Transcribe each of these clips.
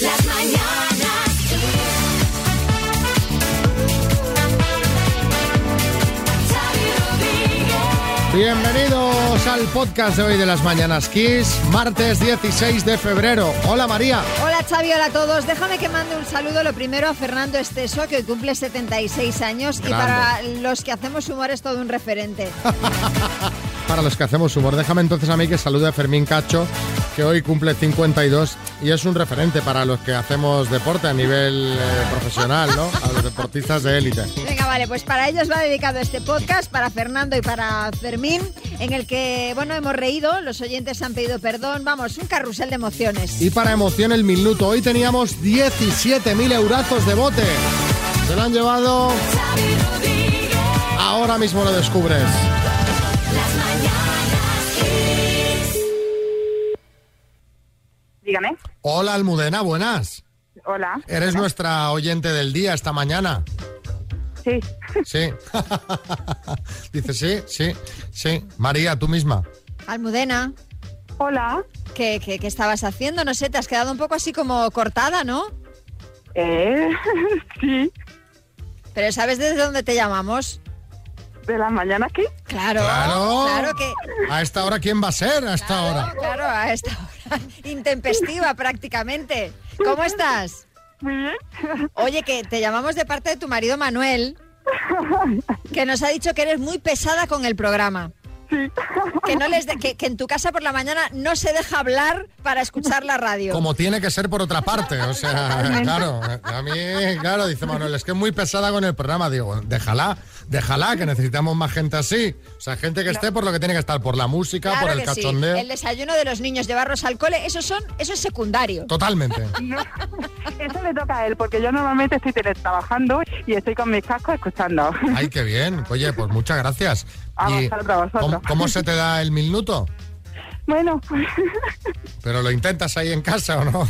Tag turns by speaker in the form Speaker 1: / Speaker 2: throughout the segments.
Speaker 1: Las mañanas Kiss. Xavi Rodríguez.
Speaker 2: Bienvenidos al podcast de hoy de las Mañanas Kiss, martes 16 de febrero. Hola María.
Speaker 3: Hola Xavi, hola a todos. Déjame que mande un saludo lo primero a Fernando Esteso, que hoy cumple 76 años y
Speaker 2: Grande.
Speaker 3: para los que hacemos humor es todo un referente.
Speaker 2: Para los que hacemos humor, déjame entonces a mí que salude a Fermín Cacho, que hoy cumple 52 y es un referente para los que hacemos deporte a nivel eh, profesional, ¿no? A los deportistas de élite.
Speaker 3: Venga, vale, pues para ellos va dedicado este podcast, para Fernando y para Fermín, en el que, bueno, hemos reído, los oyentes han pedido perdón, vamos, un carrusel de emociones.
Speaker 2: Y para emoción el minuto, hoy teníamos 17.000 eurazos de bote. Se lo han llevado,
Speaker 1: Xavi Rodríguez.
Speaker 2: ahora mismo lo descubres.
Speaker 1: Las mañanas Kiss.
Speaker 4: Dígame.
Speaker 2: Hola Almudena, buenas.
Speaker 4: Hola.
Speaker 2: Eres nuestra oyente del día esta mañana.
Speaker 4: Sí.
Speaker 2: Sí. Dice, sí, sí, sí. María, tú misma.
Speaker 3: Almudena,
Speaker 4: Hola.
Speaker 3: ¿qué, qué, qué estabas haciendo? No sé, te has quedado un poco así como cortada, ¿no?
Speaker 4: Eh, sí.
Speaker 3: Pero ¿sabes desde dónde te llamamos?
Speaker 4: De las mañanas aquí.
Speaker 3: Claro,
Speaker 2: Claro.
Speaker 3: claro que...
Speaker 2: ¿A esta hora quién va a ser? A esta hora.
Speaker 3: Claro, a esta hora intempestiva prácticamente. ¿Cómo estás?
Speaker 4: Muy bien.
Speaker 3: Oye, que te llamamos de parte de tu marido Manuel, que nos ha dicho que eres muy pesada con el programa.
Speaker 4: Sí.
Speaker 3: Que, no les de- que, que en tu casa por la mañana no se deja hablar para escuchar la radio.
Speaker 2: Como tiene que ser por otra parte. O sea, claro. A mí, claro, dice Manuel, es que es muy pesada con el programa. Digo, déjala, déjala, que necesitamos más gente así. O sea, gente que esté por lo que tiene que estar, por la música,
Speaker 3: Claro
Speaker 2: por el
Speaker 3: que sí.
Speaker 2: cachondeo.
Speaker 3: El desayuno de los niños, llevarlos al cole, eso, son, eso es secundario.
Speaker 2: Totalmente.
Speaker 4: No. Eso le toca a él, porque yo normalmente estoy teletrabajando y estoy con mis cascos escuchando.
Speaker 2: Ay, qué bien. Oye, pues muchas gracias.
Speaker 4: A vosotros, a vosotros.
Speaker 2: ¿cómo, cómo se te da el minuto?
Speaker 4: Bueno,
Speaker 2: ¿Pero lo intentas ahí en casa o no?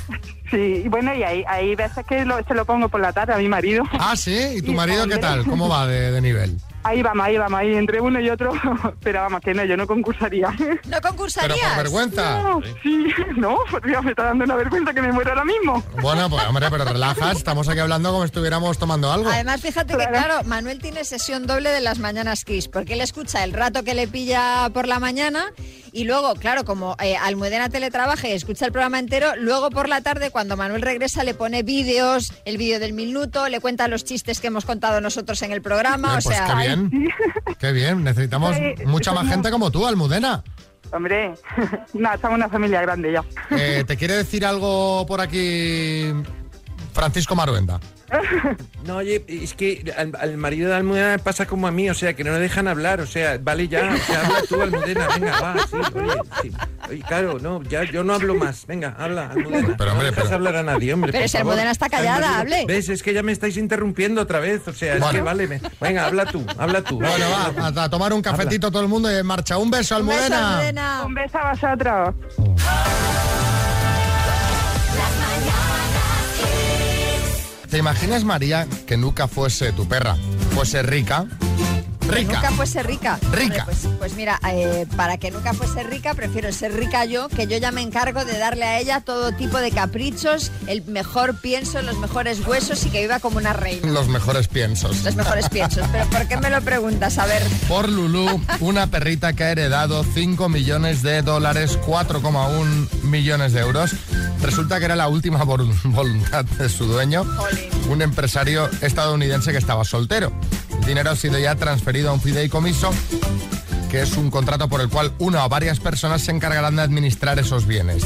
Speaker 4: sí. Y Bueno, y hay, hay veces que lo- se lo pongo por la tarde a mi marido.
Speaker 2: Ah, sí. ¿Y tu
Speaker 4: Sí,
Speaker 2: marido qué
Speaker 4: hombre.
Speaker 2: tal? ¿Cómo va de, de nivel?
Speaker 4: Ahí vamos, ahí vamos, ahí entre uno y otro. Pero vamos, que no, yo no concursaría.
Speaker 3: ¿No
Speaker 2: Pero
Speaker 3: concursarías?
Speaker 2: por vergüenza.
Speaker 4: No, sí, no, por Dios, me está dando una vergüenza que me muero ahora mismo.
Speaker 2: Bueno, pues hombre, pero relaja, estamos aquí hablando como si estuviéramos tomando algo.
Speaker 3: Además, fíjate que, claro, Manuel tiene sesión doble de las mañanas Kiss, porque él escucha el rato que le pilla por la mañana y luego, claro, como eh, Almudena teletrabaja y escucha el programa entero, luego por la tarde, cuando Manuel regresa, le pone vídeos, el vídeo del minuto, le cuenta los chistes que hemos contado nosotros en el programa,
Speaker 2: Eh,
Speaker 3: o
Speaker 2: pues
Speaker 3: sea...
Speaker 2: qué bien, qué bien, necesitamos
Speaker 4: Eh,
Speaker 2: mucha más
Speaker 4: somos-
Speaker 2: gente como tú, Almudena.
Speaker 4: Hombre, no, estamos una familia grande ya.
Speaker 2: Eh, ¿Te quiere decir algo por aquí Francisco Maruenda?
Speaker 5: No, oye, es que al, al marido de Almudena le pasa como a mí, o sea, que no le dejan hablar, o sea, vale ya, o sea, habla tú, Almudena, venga, va, sí, oye, sí. Oye, claro, no, ya, yo no hablo más, venga, habla, Almudena.
Speaker 2: Pero, hombre,
Speaker 5: no dejas
Speaker 2: pero-
Speaker 5: hablar a nadie, hombre,
Speaker 3: Pero
Speaker 5: por
Speaker 3: si
Speaker 5: favor.
Speaker 3: Almudena está callada, hable.
Speaker 5: ¿Ves? Es que ya me estáis interrumpiendo otra vez, o sea, es
Speaker 2: Bueno.
Speaker 5: que vale, me- venga, habla tú, habla tú.
Speaker 2: Bueno,
Speaker 5: habla tú.
Speaker 2: va, a, a tomar un cafetito todo el mundo y en marcha. Un beso,
Speaker 3: Un beso,
Speaker 2: Almudena.
Speaker 3: Almudena.
Speaker 4: Un beso a vosotros.
Speaker 1: Las mañanas Kiss.
Speaker 2: ¿Te imaginas, María, que nunca fuese tu perra? Fuese rica. Rica.
Speaker 3: Nunca fuese rica.
Speaker 2: Rica.
Speaker 3: Hombre, Pues, pues mira, eh, para que nunca fuese rica, prefiero ser rica yo, que yo ya me encargo de darle a ella todo tipo de caprichos, el mejor pienso, los mejores huesos y que viva como una reina.
Speaker 2: Los mejores piensos.
Speaker 3: Los mejores piensos. Pero ¿por qué me lo preguntas? A ver.
Speaker 2: Por Lulú, una perrita que ha heredado 5 millones de dólares, 4,1 millones de euros. Resulta que era la última vol- voluntad de su dueño, un empresario estadounidense que estaba soltero. El dinero ha sido ya transferido a un fideicomiso que es un contrato por el cual una o varias personas se encargarán de administrar esos bienes.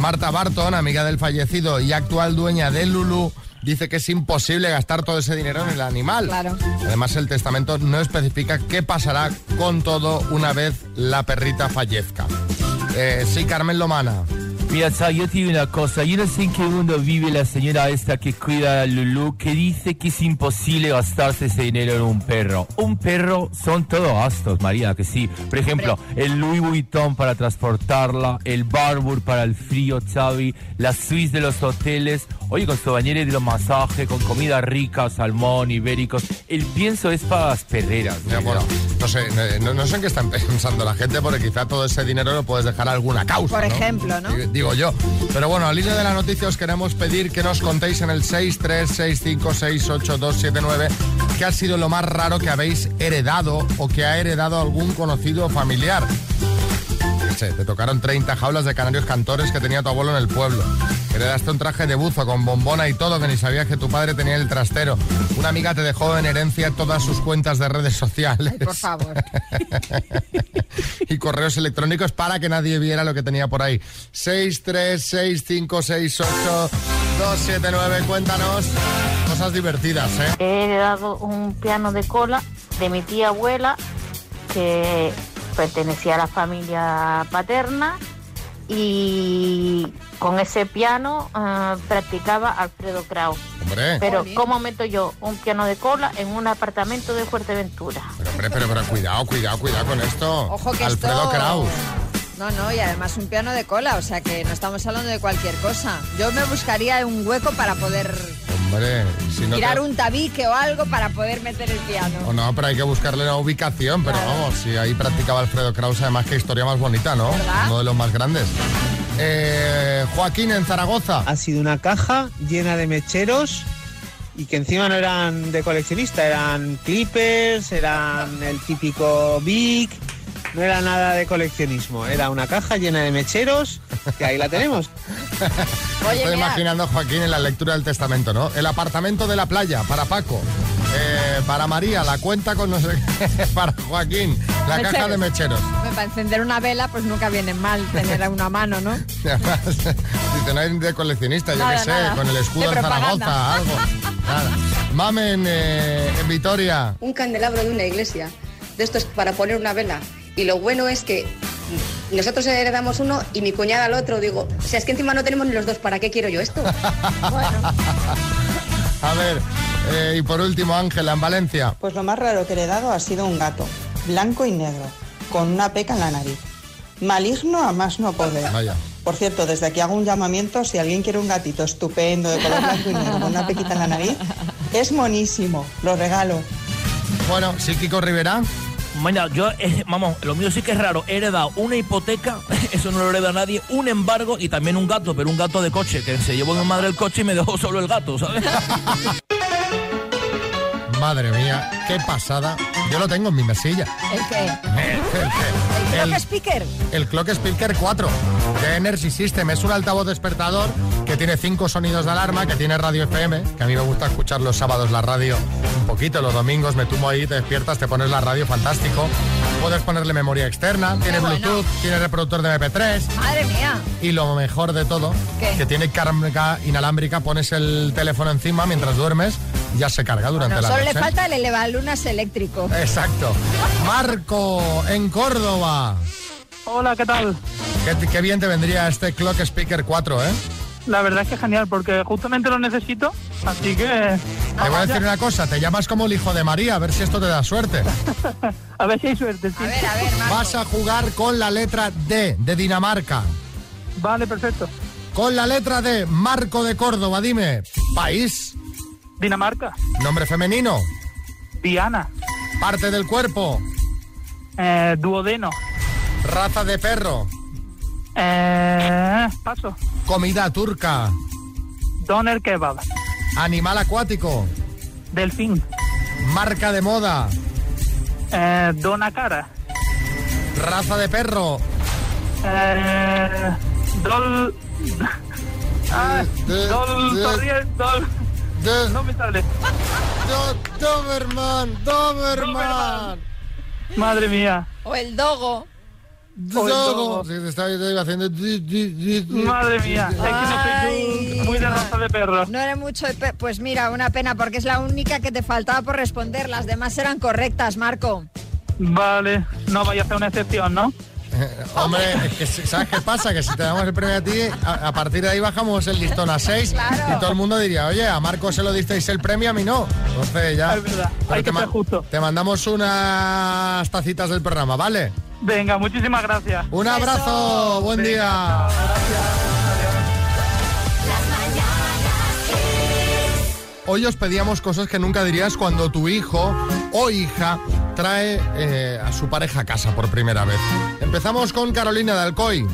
Speaker 2: Marta Barton, amiga del fallecido y actual dueña de Lulu, dice que es imposible gastar todo ese dinero en el animal.
Speaker 3: Claro.
Speaker 2: Además, el testamento no especifica qué pasará con todo una vez la perrita fallezca. Eh, sí, Carmen Lomana.
Speaker 6: Mira, Xavi, yo te digo una cosa. Yo no sé en qué mundo vive la señora esta que cuida a Lulu, que dice que es imposible gastarse ese dinero en un perro. Un perro son todos gastos, María, que sí. Por ejemplo, el Louis Vuitton para transportarla, el Barbour para el frío, Xavi, la Suisse de los hoteles, oye, con su bañera de masaje, con comida rica, salmón, ibéricos. El pienso es para las perreras.
Speaker 2: De
Speaker 6: María.
Speaker 2: acuerdo. No sé, eh, no, no sé en qué están pensando la gente, porque quizá todo ese dinero lo puedes dejar a alguna causa.
Speaker 3: Por ejemplo, ¿no?
Speaker 2: Digo- Digo yo. Pero bueno, al hilo de la noticia os queremos pedir que nos contéis en el 636568279 qué ha sido lo más raro que habéis heredado o que ha heredado algún conocido o familiar. Yo qué sé, te tocaron 30 jaulas de canarios cantores que tenía tu abuelo en el pueblo. Heredaste un traje de buzo con bombona y todo que ni sabías que tu padre tenía en el trastero. Una amiga te dejó en herencia todas sus cuentas de redes sociales
Speaker 3: Por favor.
Speaker 2: y correos electrónicos para que nadie viera lo que tenía por ahí. 636568279, cuéntanos cosas divertidas, ¿eh?
Speaker 7: He heredado un piano de cola de mi tía abuela que pertenecía a la familia paterna y con ese piano ah, practicaba Alfredo Kraus.
Speaker 2: Hombre,
Speaker 7: Pero
Speaker 3: Jolín.
Speaker 7: ¿cómo meto yo un piano de cola en un apartamento de Fuerteventura?
Speaker 2: pero, hombre, pero, pero cuidado, cuidado, cuidado con esto.
Speaker 3: Ojo que
Speaker 2: Alfredo
Speaker 3: esto...
Speaker 2: Kraus.
Speaker 3: No, no, y además un piano de cola, o sea que no estamos hablando de cualquier cosa. Yo me buscaría un hueco para poder
Speaker 2: Hombre, si no
Speaker 3: tirar
Speaker 2: te-
Speaker 3: un tabique o algo para poder meter el piano.
Speaker 2: O no, pero hay que buscarle la ubicación, pero vamos, si ahí practicaba Alfredo Kraus, además qué historia más bonita, ¿no?
Speaker 3: ¿Verdad?
Speaker 2: Uno de los más grandes. Eh, Joaquín en Zaragoza.
Speaker 8: ha sido una caja llena de mecheros y que encima no eran de coleccionista, eran clippers, eran el típico big, no era nada de coleccionismo, era una caja llena de mecheros y ahí la tenemos.
Speaker 3: Oye,
Speaker 2: Estoy
Speaker 3: mira.
Speaker 2: imaginando a Joaquín en la lectura del testamento, ¿no? El apartamento de la playa para Paco. Eh, para María, la cuenta con no sé qué. Para Joaquín, la caja
Speaker 3: Mecheros.
Speaker 2: de mecheros.
Speaker 3: Hombre, Pues Para encender una vela, pues nunca viene mal tener a una mano, ¿no?
Speaker 2: Y además, dice, no hay de coleccionista, yo
Speaker 3: Nada,
Speaker 2: qué sé,
Speaker 3: nada.
Speaker 2: con el escudo
Speaker 3: De
Speaker 2: en
Speaker 3: propaganda.
Speaker 2: Zaragoza, algo. Nada. Mamen, eh, en Vitoria.
Speaker 9: un candelabro de una iglesia, de estos para poner una vela. Y lo bueno es que nosotros heredamos uno y mi cuñada al otro. Digo, o sea, es que encima no tenemos ni los dos, ¿para qué quiero yo esto?
Speaker 2: A ver, eh, y por último, Ángela, en Valencia.
Speaker 10: Pues lo más raro que le he dado ha sido un gato, blanco y negro, con una peca en la nariz. Maligno a más no poder.
Speaker 2: Vaya.
Speaker 10: Por cierto, desde aquí hago un llamamiento, si alguien quiere un gatito estupendo de color blanco y negro con una pequita en la nariz, es monísimo, lo regalo.
Speaker 2: Bueno, sí, Kiko Rivera.
Speaker 6: Bueno, yo, eh, vamos, lo mío sí que es raro. He heredado una hipoteca, eso no lo hereda nadie, un embargo y también un gato, pero un gato de coche, que se llevó mi madre el coche y me dejó solo el gato, ¿sabes?
Speaker 2: Madre mía, qué pasada. Yo lo tengo en mi mesilla.
Speaker 3: ¿El qué? ¿El,
Speaker 2: El-
Speaker 3: clock speaker?
Speaker 2: El Clock Speaker 4 de Energy System es un altavoz despertador que tiene cinco sonidos de alarma, que tiene radio FM, que a mí me gusta escuchar los sábados la radio un poquito, los domingos me tumbo ahí, te despiertas, te pones la radio, fantástico. Puedes ponerle memoria externa, tiene
Speaker 3: bueno.
Speaker 2: Bluetooth, tiene reproductor de MP3
Speaker 3: Madre mía.
Speaker 2: y lo mejor de todo,
Speaker 3: ¿Qué?
Speaker 2: que tiene carga inalámbrica, pones el teléfono encima mientras duermes, ya se carga durante
Speaker 3: No,
Speaker 2: la
Speaker 3: solo
Speaker 2: noche.
Speaker 3: le falta el elevalunas eléctrico.
Speaker 2: Exacto. Marco, en Córdoba.
Speaker 4: Hola, ¿qué tal?
Speaker 2: Qué, qué bien te vendría este Clock Speaker 4, ¿eh?
Speaker 4: La verdad es que genial, porque justamente lo necesito, así que...
Speaker 2: Te voy a decir una cosa, te llamas como el hijo de María, a ver si esto te da suerte.
Speaker 4: A ver si hay suerte, sí.
Speaker 3: A ver, a ver, Marco.
Speaker 2: Vas a jugar con la letra D de Dinamarca.
Speaker 4: Vale, perfecto.
Speaker 2: Con la letra D, Marco de Córdoba, dime. País,
Speaker 4: Dinamarca,
Speaker 2: nombre femenino,
Speaker 4: Diana,
Speaker 2: parte del cuerpo,
Speaker 4: eh, Duodeno,
Speaker 2: raza de perro,
Speaker 4: eh, Paso,
Speaker 2: comida turca,
Speaker 4: Doner Kebab,
Speaker 2: animal acuático,
Speaker 4: Delfín,
Speaker 2: marca de moda,
Speaker 4: eh, Dona Cara,
Speaker 2: raza de perro,
Speaker 4: eh, Dol... Ah, Dol... Torriel, Dol...
Speaker 2: D-
Speaker 4: No me sale.
Speaker 2: Do- Doberman, Doberman.
Speaker 4: Madre mía.
Speaker 3: O el dogo.
Speaker 2: Dogo. Sí, te estaba- te iba haciendo di- di- di- di.
Speaker 4: Madre mía, es que no soy
Speaker 3: Ay.
Speaker 4: yo muy de raza de perro.
Speaker 3: No era mucho. de pe- Pues mira, una pena, porque es la única que te faltaba por responder. Las demás eran correctas, Marco.
Speaker 4: Vale, no vaya a hacer una excepción, ¿no?
Speaker 2: Hombre, es que si- ¿sabes qué pasa? Que si te damos el premio a ti, a, a partir de ahí bajamos el listón a 6
Speaker 3: Claro.
Speaker 2: y todo el mundo diría, oye, a Marco se lo disteis el premio, a mí no. Entonces ya...
Speaker 4: Es verdad,
Speaker 2: Pero
Speaker 4: hay que
Speaker 2: te ma-
Speaker 4: ser justo.
Speaker 2: Te mandamos unas tacitas del programa, ¿vale?
Speaker 4: Venga, muchísimas gracias.
Speaker 2: Un abrazo, buen día.
Speaker 1: Las mañanas
Speaker 2: Hoy os pedíamos cosas que nunca dirías cuando tu hijo o hija trae eh, a su pareja a casa por primera vez. Empezamos con Carolina de Alcoy.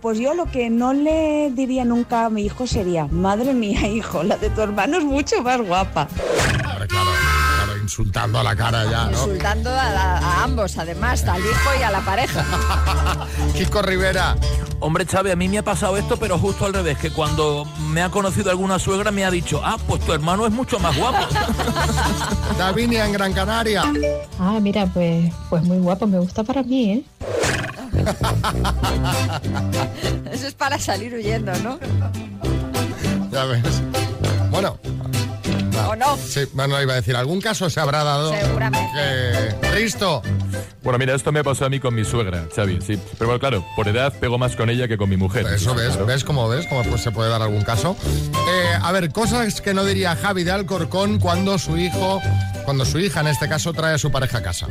Speaker 11: Pues yo lo que no le diría nunca a mi hijo sería, madre mía, hijo, la de tu hermano es mucho más guapa.
Speaker 2: Ahora, claro, claro, insultando a la cara ya, Ah, ¿no?
Speaker 3: Insultando a, la- a ambos, además, al hijo y a la pareja.
Speaker 2: Kiko Rivera.
Speaker 12: Hombre, Chávez, a mí me ha pasado esto, pero justo al revés, que cuando me ha conocido alguna suegra me ha dicho, ah, pues tu hermano es mucho más guapo.
Speaker 2: Davinia en Gran Canaria.
Speaker 13: Ah, mira, pues, pues muy guapo, me gusta para mí, ¿eh?
Speaker 3: Eso es para salir huyendo, ¿no?
Speaker 2: Ya ves. Bueno.
Speaker 3: ¿O no?
Speaker 2: Sí, bueno, iba a decir, algún caso se habrá dado.
Speaker 3: Seguramente.
Speaker 2: Eh, Risto.
Speaker 14: Bueno, mira, esto me pasó a mí con mi suegra, Xavi, sí. Pero bueno, claro, por edad pego más con ella que con mi mujer.
Speaker 2: Eso ves,
Speaker 14: Claro.
Speaker 2: ves cómo ves, cómo pues, se puede dar algún caso. Eh, a ver, cosas que no diría Javi de Alcorcón cuando su hijo, cuando su hija en este caso trae a su pareja a casa.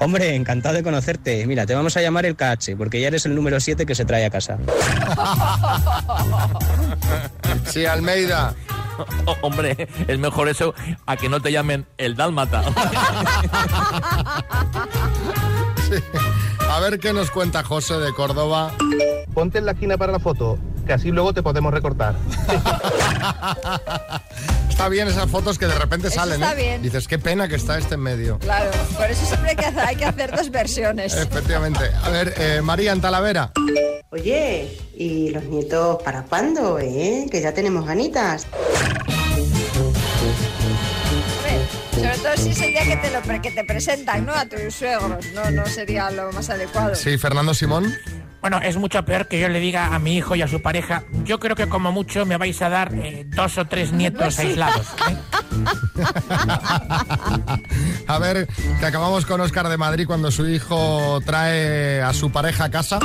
Speaker 15: Hombre, encantado de conocerte. Mira, te vamos a llamar el KH, porque ya eres el número 7 que se trae a casa.
Speaker 2: Sí, Almeida.
Speaker 12: Hombre, es mejor eso a que no te llamen el dálmata.
Speaker 2: A ver qué nos cuenta José de Córdoba.
Speaker 16: Ponte en la esquina para la foto, que así luego te podemos recortar.
Speaker 2: Está bien esas fotos que de repente
Speaker 3: Eso
Speaker 2: salen.
Speaker 3: está
Speaker 2: ¿eh?
Speaker 3: bien.
Speaker 2: Dices, qué pena que está este en medio.
Speaker 3: Claro, por eso siempre hay que hacer, hay que hacer dos
Speaker 2: Eh,
Speaker 3: versiones.
Speaker 2: Efectivamente. A ver, eh, María en Talavera.
Speaker 17: Oye, ¿y los nietos para cuándo, eh? Que ya tenemos ganitas.
Speaker 3: Sobre todo si sería que te, lo, pre- que te presentan, ¿no? A tus suegros. No, no sería lo más adecuado.
Speaker 2: Sí, Fernando Simón.
Speaker 18: Bueno, es mucho peor que yo le diga a mi hijo y a su pareja, yo creo que como mucho me vais a dar eh, dos o tres nietos aislados.
Speaker 2: A ver, que acabamos con Oscar de Madrid cuando su hijo trae a su pareja a casa.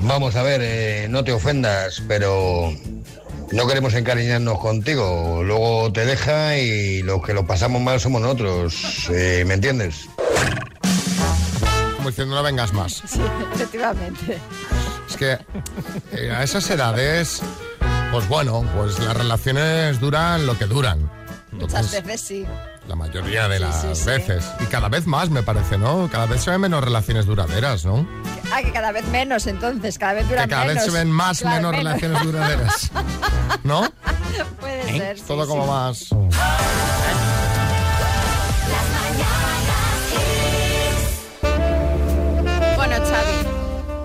Speaker 19: Vamos a ver, eh, no te ofendas, pero no queremos encariñarnos contigo. Luego te deja y los que lo pasamos mal somos nosotros. eh, ¿Me entiendes?
Speaker 2: Como diciendo, no vengas más.
Speaker 3: Sí, efectivamente.
Speaker 2: Es que eh, a esas edades, pues bueno, pues las relaciones duran lo que duran.
Speaker 3: Muchas
Speaker 2: Entonces,
Speaker 3: veces sí.
Speaker 2: la mayoría de
Speaker 3: Sí,
Speaker 2: las
Speaker 3: sí, sí.
Speaker 2: veces. Y cada vez más, me parece, ¿no? Cada vez se ven menos relaciones duraderas, ¿no?
Speaker 3: Ah, que cada vez menos, entonces, cada vez duran
Speaker 2: Que cada vez
Speaker 3: menos.
Speaker 2: se ven más,
Speaker 3: Claro,
Speaker 2: menos relaciones duraderas. ¿No?
Speaker 3: Puede
Speaker 2: ¿Eh?
Speaker 3: ser. sí,
Speaker 2: Todo
Speaker 3: sí.
Speaker 2: como más.
Speaker 3: Bueno, Xavi,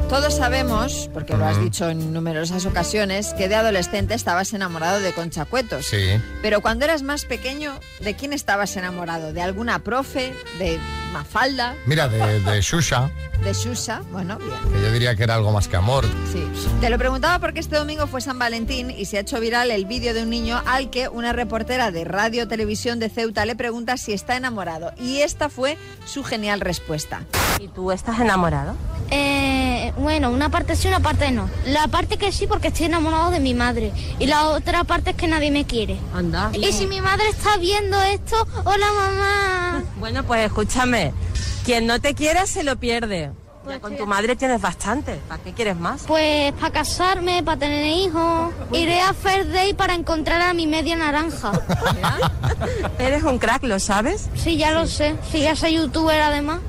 Speaker 3: todos sabemos, porque lo has dicho en numerosas ocasiones, que de adolescente estabas enamorado de Concha Cuetos.
Speaker 2: Sí.
Speaker 3: Pero cuando eras más pequeño, ¿de quién estabas enamorado? ¿De alguna profe? ¿De Mafalda?
Speaker 2: Mira, de, de Xuxa,
Speaker 3: ¿De Susa? Bueno, bien.
Speaker 2: que yo diría que era algo más que amor.
Speaker 3: Sí. Te lo preguntaba porque este domingo fue San Valentín y se ha hecho viral el vídeo de un niño al que una reportera de Radio Televisión de Ceuta le pregunta si está enamorado. Y esta fue su genial respuesta.
Speaker 20: ¿Y tú estás enamorado? Eh, bueno, una parte sí, una parte no. La parte que sí porque estoy enamorado de mi madre y la otra parte es que nadie me quiere.
Speaker 21: Ah,
Speaker 20: Anda. Y si mi madre está viendo esto, hola mamá.
Speaker 22: Bueno, pues escúchame, quien no te quiera se lo pierde. Ya con tu madre tienes bastante, ¿para qué quieres más?
Speaker 20: Pues para casarme, para tener hijos, iré a Fair Day para encontrar a mi media naranja.
Speaker 22: Eres un crack, ¿lo sabes?
Speaker 20: Sí, ya lo sé. Sigas a youtuber además.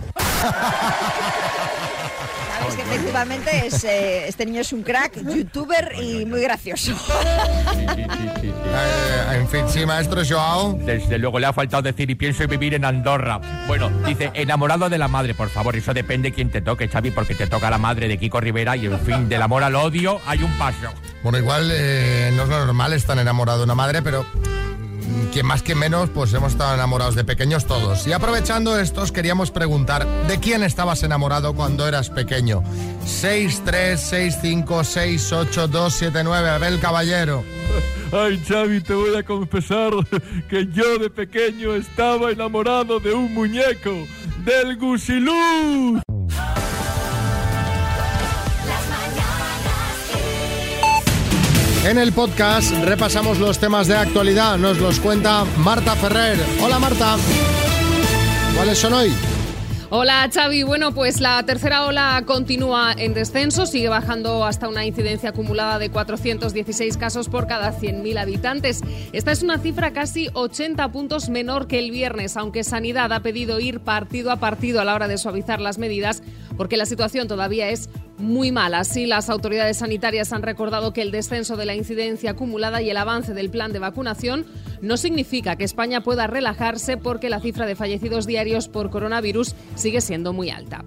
Speaker 3: Sabes que efectivamente es, eh, este niño es un crack, youtuber y muy gracioso.
Speaker 2: Eh, en fin, sí, maestro Joao.
Speaker 6: Desde luego le ha faltado decir y pienso vivir en Andorra. Bueno, dice, enamorado de la madre, por favor, eso depende quién te toque, Xavi, porque te toca la madre de Kiko Rivera y en fin, del amor al odio hay un paso.
Speaker 2: Bueno, igual eh, no es lo normal estar enamorado de una madre, pero mm, quien más que menos, pues hemos estado enamorados de pequeños todos. Y aprovechando estos, queríamos preguntar, ¿de quién estabas enamorado cuando eras pequeño? 636568279, Abel Caballero.
Speaker 23: Ay, Xavi, te voy a confesar que yo de pequeño estaba enamorado de un muñeco, del Gusilú.
Speaker 2: En el podcast repasamos los temas de actualidad, nos los cuenta Marta Ferrer. Hola Marta, ¿cuáles son hoy?
Speaker 5: Hola Xavi, bueno pues la tercera ola continúa en descenso, sigue bajando hasta una incidencia acumulada de 416 casos por cada 100.000 habitantes. Esta es una cifra casi 80 puntos menor que el viernes, aunque Sanidad ha pedido ir partido a partido a la hora de suavizar las medidas porque la situación todavía es muy mala. Así, las autoridades sanitarias han recordado que el descenso de la incidencia acumulada y el avance del plan de vacunación no significa que España pueda relajarse porque la cifra de fallecidos diarios por coronavirus sigue siendo muy alta.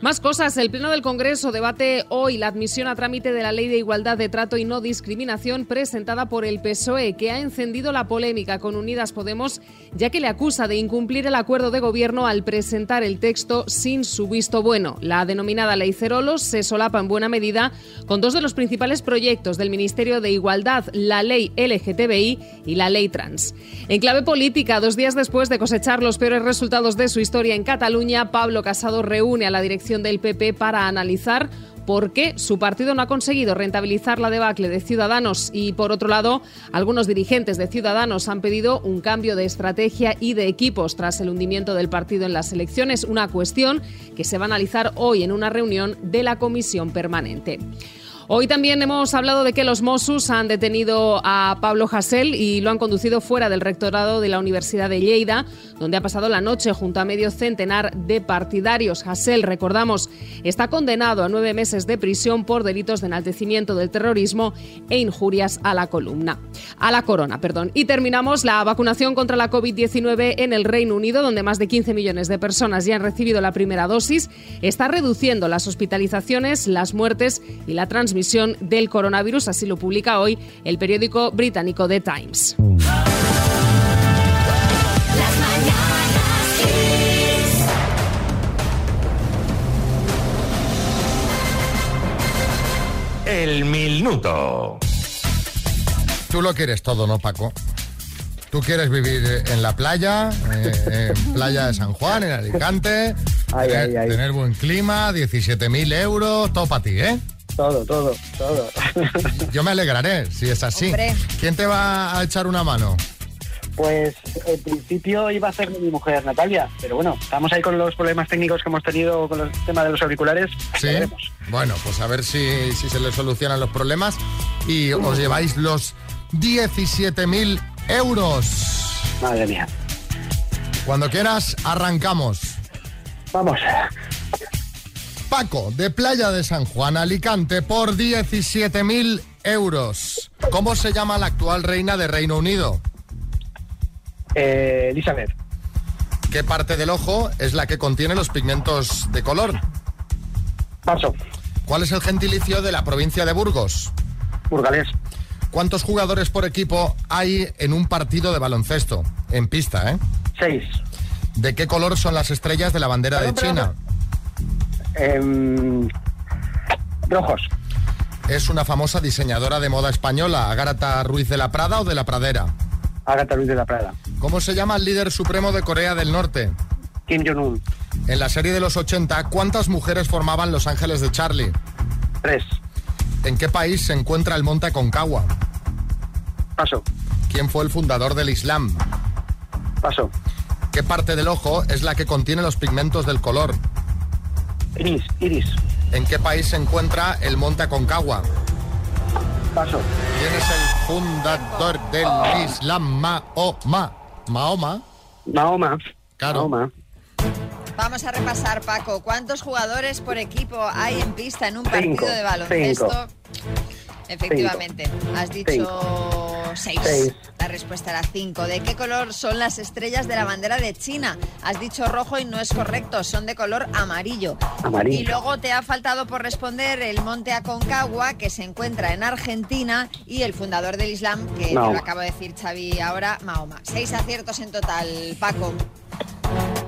Speaker 5: Más cosas. El Pleno del Congreso debate hoy la admisión a trámite de la Ley de Igualdad de Trato y No Discriminación presentada por el PSOE, que ha encendido la polémica con Unidas Podemos, ya que le acusa de incumplir el acuerdo de gobierno al presentar el texto sin su visto bueno. La denominada Ley Cerolos se solapa en buena medida con dos de los principales proyectos del Ministerio de Igualdad, la Ley LGTBI y la Ley Trans. En clave política, dos días después de cosechar los peores resultados de su historia en Cataluña, Pablo Casado reúne a la dirección del PP para analizar por qué su partido no ha conseguido rentabilizar la debacle de Ciudadanos y, por otro lado, algunos dirigentes de Ciudadanos han pedido un cambio de estrategia y de equipos tras el hundimiento del partido en las elecciones, una cuestión que se va a analizar hoy en una reunión de la comisión permanente. Hoy también hemos hablado de que los Mossos han detenido a Pablo Hassel y lo han conducido fuera del rectorado de la Universidad de Lleida, donde ha pasado la noche junto a medio centenar de partidarios. Hassel, recordamos, está condenado a nueve meses de prisión por delitos de enaltecimiento del terrorismo e injurias a la columna, a la corona, perdón. Y terminamos la vacunación contra la COVID-19 en el Reino Unido, donde más de 15 millones de personas ya han recibido la primera dosis, está reduciendo las hospitalizaciones, las muertes y la transmisión transmisión del coronavirus, así lo publica hoy el periódico británico The Times.
Speaker 2: El minuto. Tú lo quieres todo, ¿no, Paco? Tú quieres vivir en la playa, eh, en playa de San Juan, en Alicante,
Speaker 8: Ay,
Speaker 2: tener,
Speaker 8: ay, ay.
Speaker 2: tener buen clima, 17.000 euros, todo para ti, ¿eh?
Speaker 8: Todo, todo, todo.
Speaker 2: Yo me alegraré si es así. ¿Quién te va a echar una mano?
Speaker 8: Pues en principio iba a ser mi mujer, Natalia, pero bueno, estamos ahí con los problemas técnicos que hemos tenido con el tema de los auriculares.
Speaker 2: Sí. Bueno, pues a ver si, si se le solucionan los problemas y os lleváis los 17.000 euros.
Speaker 8: Madre mía.
Speaker 2: Cuando quieras, arrancamos.
Speaker 8: Vamos.
Speaker 2: Paco, de Playa de San Juan, Alicante, por 17.000 euros. ¿Cómo se llama la actual reina de Reino Unido?
Speaker 8: eh, Elizabeth.
Speaker 2: ¿Qué parte del ojo es la que contiene los pigmentos de color?
Speaker 8: Paso.
Speaker 2: ¿Cuál es el gentilicio de la provincia de Burgos?
Speaker 8: Burgalés.
Speaker 2: ¿Cuántos jugadores por equipo hay en un partido de baloncesto? En pista, ¿eh?
Speaker 8: Seis.
Speaker 2: ¿De qué color son las estrellas de la bandera de
Speaker 8: Perdón,
Speaker 2: China?
Speaker 8: Em, rojos.
Speaker 2: ¿Es una famosa diseñadora de moda española, Agarata Ruiz de la Prada o de la Pradera?
Speaker 8: Agatha Ruiz de la Prada.
Speaker 2: ¿Cómo se llama el líder supremo de Corea del Norte?
Speaker 8: Kim Jong-un.
Speaker 2: En la serie de los 80, ¿cuántas mujeres formaban Los Ángeles de Charlie?
Speaker 8: Tres.
Speaker 2: ¿En qué país se encuentra el monte Aconcagua?
Speaker 8: Paso.
Speaker 2: ¿Quién fue el fundador del Islam?
Speaker 8: Paso.
Speaker 2: ¿Qué parte del ojo es la que contiene los pigmentos del color?
Speaker 8: Iris. Iris.
Speaker 2: ¿En qué país se encuentra el monte Aconcagua?
Speaker 8: Paso.
Speaker 2: ¿Quién es el fundador del Islam? Mahoma. ¿Mahoma?
Speaker 8: Mahoma.
Speaker 2: Claro.
Speaker 8: Mahoma.
Speaker 3: Vamos a repasar, Paco. ¿Cuántos jugadores por equipo hay en pista en un partido
Speaker 8: Cinco,
Speaker 3: de baloncesto? Efectivamente, has dicho seis.
Speaker 8: Seis.
Speaker 3: La respuesta era cinco. ¿De qué color son las estrellas de la bandera de China? Has dicho rojo y no es correcto, son de color amarillo.
Speaker 8: Amarillo.
Speaker 3: Y luego te ha faltado por responder el monte Aconcagua, que se encuentra en Argentina, y el fundador del Islam, que te lo
Speaker 8: Mahoma.
Speaker 3: acabo de decir Xavi ahora, Mahoma. Seis aciertos en total, Paco.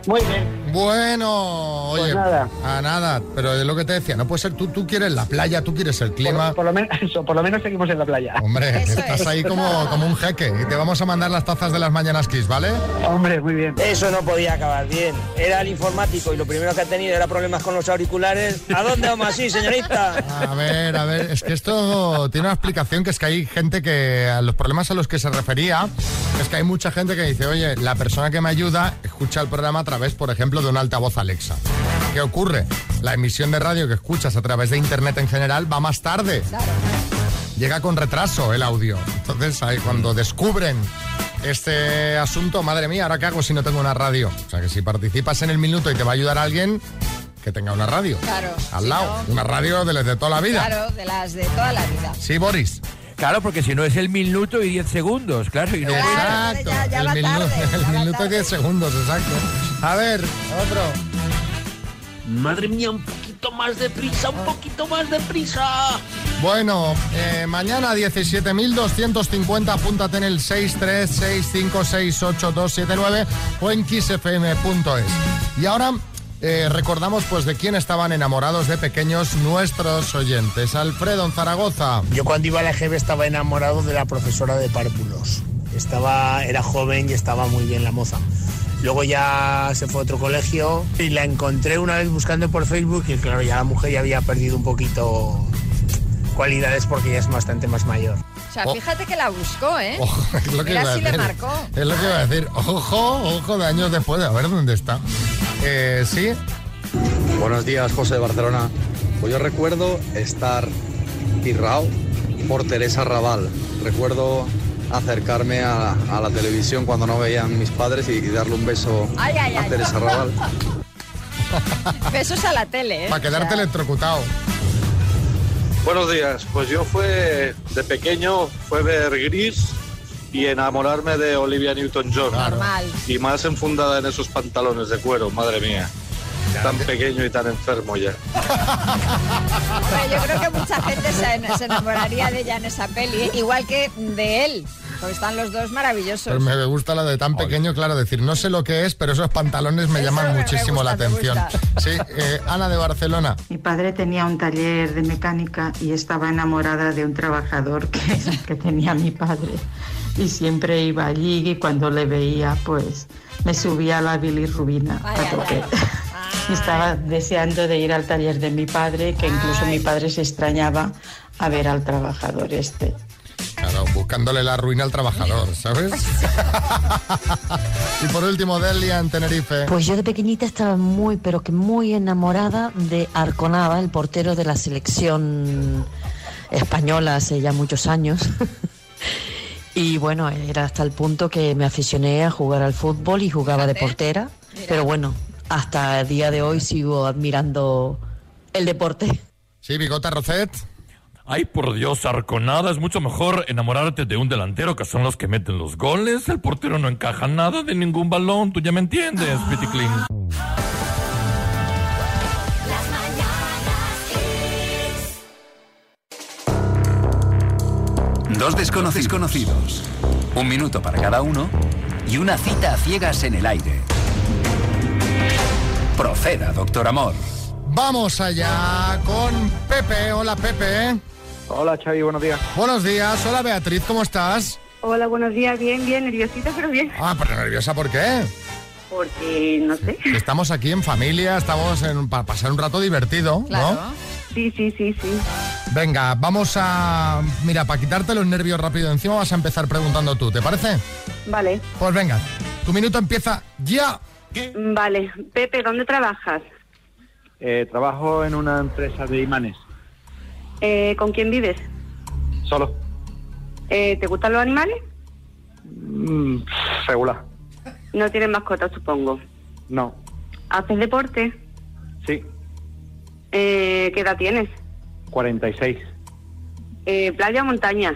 Speaker 8: Muy bien.
Speaker 2: Bueno, oye,
Speaker 8: Pues nada.
Speaker 2: a nada, pero es lo que te decía, no puede ser tú, tú quieres la playa, tú quieres el clima.
Speaker 8: Por lo, menos, eso, por lo menos seguimos en la playa.
Speaker 2: Hombre, estás ahí como, como un jeque y te vamos a mandar las tazas de las mañanas Kiss, ¿vale?
Speaker 8: Hombre, muy bien.
Speaker 15: Eso no podía acabar bien. Era el informático y lo primero que ha tenido era problemas con los auriculares. ¿A dónde vamos así, señorita?
Speaker 2: A ver, a ver, es que esto tiene una explicación que es que hay gente que a los problemas a los que se refería es que hay mucha gente que dice, oye, la persona que me ayuda escucha el programa a través, por ejemplo, ejemplo, de un altavoz Alexa. ¿Qué ocurre? La emisión de radio que escuchas a través de Internet en general va más tarde. Llega con retraso el audio. Entonces, ahí, cuando descubren este asunto, madre mía, ¿ahora qué hago si no tengo una radio? O sea, que si participas en el minuto y te va a ayudar alguien, que tenga una radio.
Speaker 3: Claro.
Speaker 2: Al lado, una radio de las de toda la vida.
Speaker 3: Claro, de las de toda la vida.
Speaker 2: Sí, Boris.
Speaker 12: Claro, porque si no es el minuto y 10 segundos, claro, y no cuenta.
Speaker 2: Exacto. el minuto, el minuto y 10 segundos, exacto. A ver, otro.
Speaker 24: Madre mía, un poquito más de prisa, un poquito más de prisa.
Speaker 2: Bueno, eh, mañana 17.250, apúntate en el 636568279 o en kissfm.es. Y ahora eh, recordamos pues de quién estaban enamorados de pequeños nuestros oyentes. Alfredo en Zaragoza.
Speaker 5: Yo cuando iba a la EGB estaba enamorado de la profesora de párpulos. Estaba, era joven y estaba muy bien la moza. Luego ya se fue a otro colegio y la encontré una vez buscando por Facebook y claro, ya la mujer ya había perdido un poquito cualidades porque ya es bastante más mayor.
Speaker 3: O sea, fíjate que la buscó, ¿eh?
Speaker 2: Ojo, es lo que
Speaker 3: Mira
Speaker 2: iba a
Speaker 3: si le
Speaker 2: decir.
Speaker 3: marcó.
Speaker 2: Es lo que iba a decir. Ojo, ojo de años después, a ver dónde está. Eh, sí,
Speaker 25: Buenos días, José de Barcelona. Pues yo recuerdo estar pirrao por Teresa Raval. Recuerdo acercarme a, a la televisión cuando no veían mis padres y, y darle un beso
Speaker 3: Ay, ay,
Speaker 25: a
Speaker 3: ay.
Speaker 25: Teresa Raval.
Speaker 3: Besos a la tele, ¿eh?
Speaker 25: Pa' quedarte
Speaker 3: O sea,
Speaker 2: electrocutado.
Speaker 26: Buenos días, pues yo fue de pequeño fue ver gris y enamorarme de Olivia Newton-John.
Speaker 3: Normal.
Speaker 26: Y más enfundada en esos pantalones de cuero, madre mía. Tan pequeño y tan enfermo ya.
Speaker 3: hombre, yo creo que mucha gente se, en- se enamoraría de ella en esa peli, ¿eh? igual que de él. Porque están los dos maravillosos.
Speaker 2: Pero me gusta la de tan pequeño, claro, decir, no sé lo que es, pero esos pantalones me llaman muchísimo la atención. Sí, eh, Ana de Barcelona.
Speaker 21: Mi padre tenía un taller de mecánica y estaba enamorada de un trabajador que, que tenía mi padre. Y siempre iba allí y cuando le veía, pues me subía a la bilirrubina. porque estaba deseando de ir al taller de mi padre, que incluso mi padre se extrañaba a ver al trabajador este.
Speaker 2: Claro, buscándole la ruina al trabajador, ¿sabes? y por último, Delia en Tenerife.
Speaker 27: Pues yo de pequeñita estaba muy, pero que muy enamorada de Arconada, el portero de la selección española hace ya muchos años. y bueno, era hasta el punto que me aficioné a jugar al fútbol y jugaba de portera. Pero bueno, hasta el día de hoy sigo admirando el deporte.
Speaker 2: Sí, Bigota Roset.
Speaker 12: Ay, por Dios, Arconada, es mucho mejor enamorarte de un delantero que son los que meten los goles. El portero no encaja nada de ningún balón, tú ya me entiendes,
Speaker 28: Ah.
Speaker 12: Pity Clean.
Speaker 28: Dos desconocidos conocidos. Un minuto para cada uno y una cita a ciegas en el aire. Proceda, doctor Amor.
Speaker 2: Vamos allá con Pepe. Hola, Pepe.
Speaker 26: Hola, Xavi, buenos días.
Speaker 2: Buenos días. Hola, Beatriz, ¿cómo estás?
Speaker 4: Hola, buenos días. Bien, bien, nerviosita, pero bien.
Speaker 2: Ah, pero nerviosa, ¿por qué?
Speaker 4: Porque, no sé.
Speaker 2: Estamos aquí en familia, estamos en- para pasar un rato divertido, ¿no?
Speaker 4: Sí, sí, sí, sí.
Speaker 2: Venga, vamos a... Mira, para quitarte los nervios rápido de encima vas a empezar preguntando tú, ¿te parece?
Speaker 4: Vale.
Speaker 2: Pues venga, tu minuto empieza ya.
Speaker 4: Vale. Pepe, ¿dónde trabajas?
Speaker 26: Eh, trabajo en una empresa de imanes,
Speaker 4: Eh, ¿Con quién vives?
Speaker 26: solo,
Speaker 4: Eh, ¿Te gustan los animales?
Speaker 26: Mm, regular.
Speaker 4: No tienes mascota, supongo.
Speaker 26: No,
Speaker 4: ¿Haces deporte?
Speaker 26: sí,
Speaker 4: Eh, ¿Qué edad tienes?
Speaker 26: 46.
Speaker 4: Eh, ¿Playa o montaña?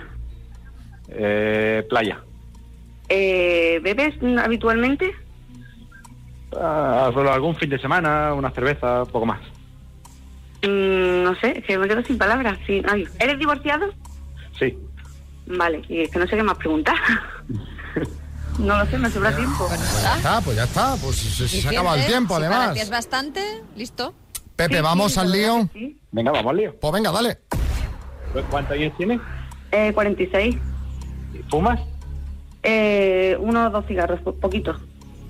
Speaker 26: Eh, playa.
Speaker 4: Eh, ¿Bebes mm, habitualmente?
Speaker 26: Ah, solo algún fin de semana, una cerveza, poco más.
Speaker 4: Mm, no sé, es que me quedo sin palabras. Sí. Ay, ¿Eres divorciado?
Speaker 26: Sí.
Speaker 4: Vale, y es que no sé qué más preguntar. no lo sé, me sobra tiempo.
Speaker 2: Ya está, pues ya está, pues se, se
Speaker 3: Ah. ¿Y
Speaker 2: acaba el
Speaker 3: sientes?
Speaker 2: tiempo
Speaker 3: Si Para
Speaker 2: además.
Speaker 3: ti es bastante, listo.
Speaker 2: Pepe,
Speaker 3: Sí,
Speaker 2: vamos
Speaker 3: sí,
Speaker 2: al lío.
Speaker 26: Venga, vamos al lío.
Speaker 2: Pues venga, dale.
Speaker 26: ¿Cuántos años tienes?
Speaker 4: Eh, 46.
Speaker 26: ¿Fumas?
Speaker 4: Eh, uno o dos cigarros, po- poquito.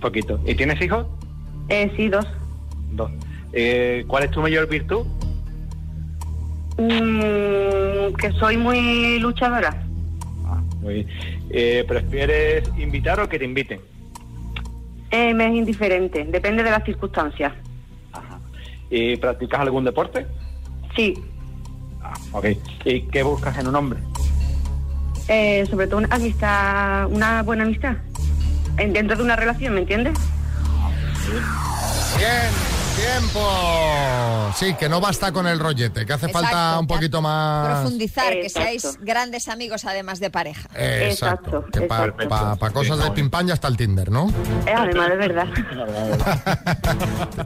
Speaker 26: Poquito. ¿Y tienes hijos?
Speaker 4: Eh, sí, dos.
Speaker 26: Dos. Eh, ¿Cuál es tu mayor virtud?
Speaker 4: Mm, que soy muy luchadora.
Speaker 26: Muy bien. Eh, ¿Prefieres invitar o que te inviten?
Speaker 4: Eh, me es indiferente, depende de las circunstancias.
Speaker 5: ¿Y practicas algún deporte? Ah,
Speaker 4: Sí,
Speaker 5: Ok. ¿Y qué buscas en un hombre?
Speaker 4: eh, sobre todo una amistad, una buena amistad. En- Dentro de una relación, ¿me entiendes?
Speaker 2: Bien, tiempo. Sí, que no basta con el rollete, que hace
Speaker 3: Exacto,
Speaker 2: falta un
Speaker 3: que
Speaker 2: poquito más.
Speaker 3: Profundizar, que
Speaker 4: Exacto.
Speaker 3: seáis grandes amigos además de pareja.
Speaker 2: Exacto. que para cosas de pimpán ya está el Tinder, ¿no?
Speaker 4: Eh, además, de verdad.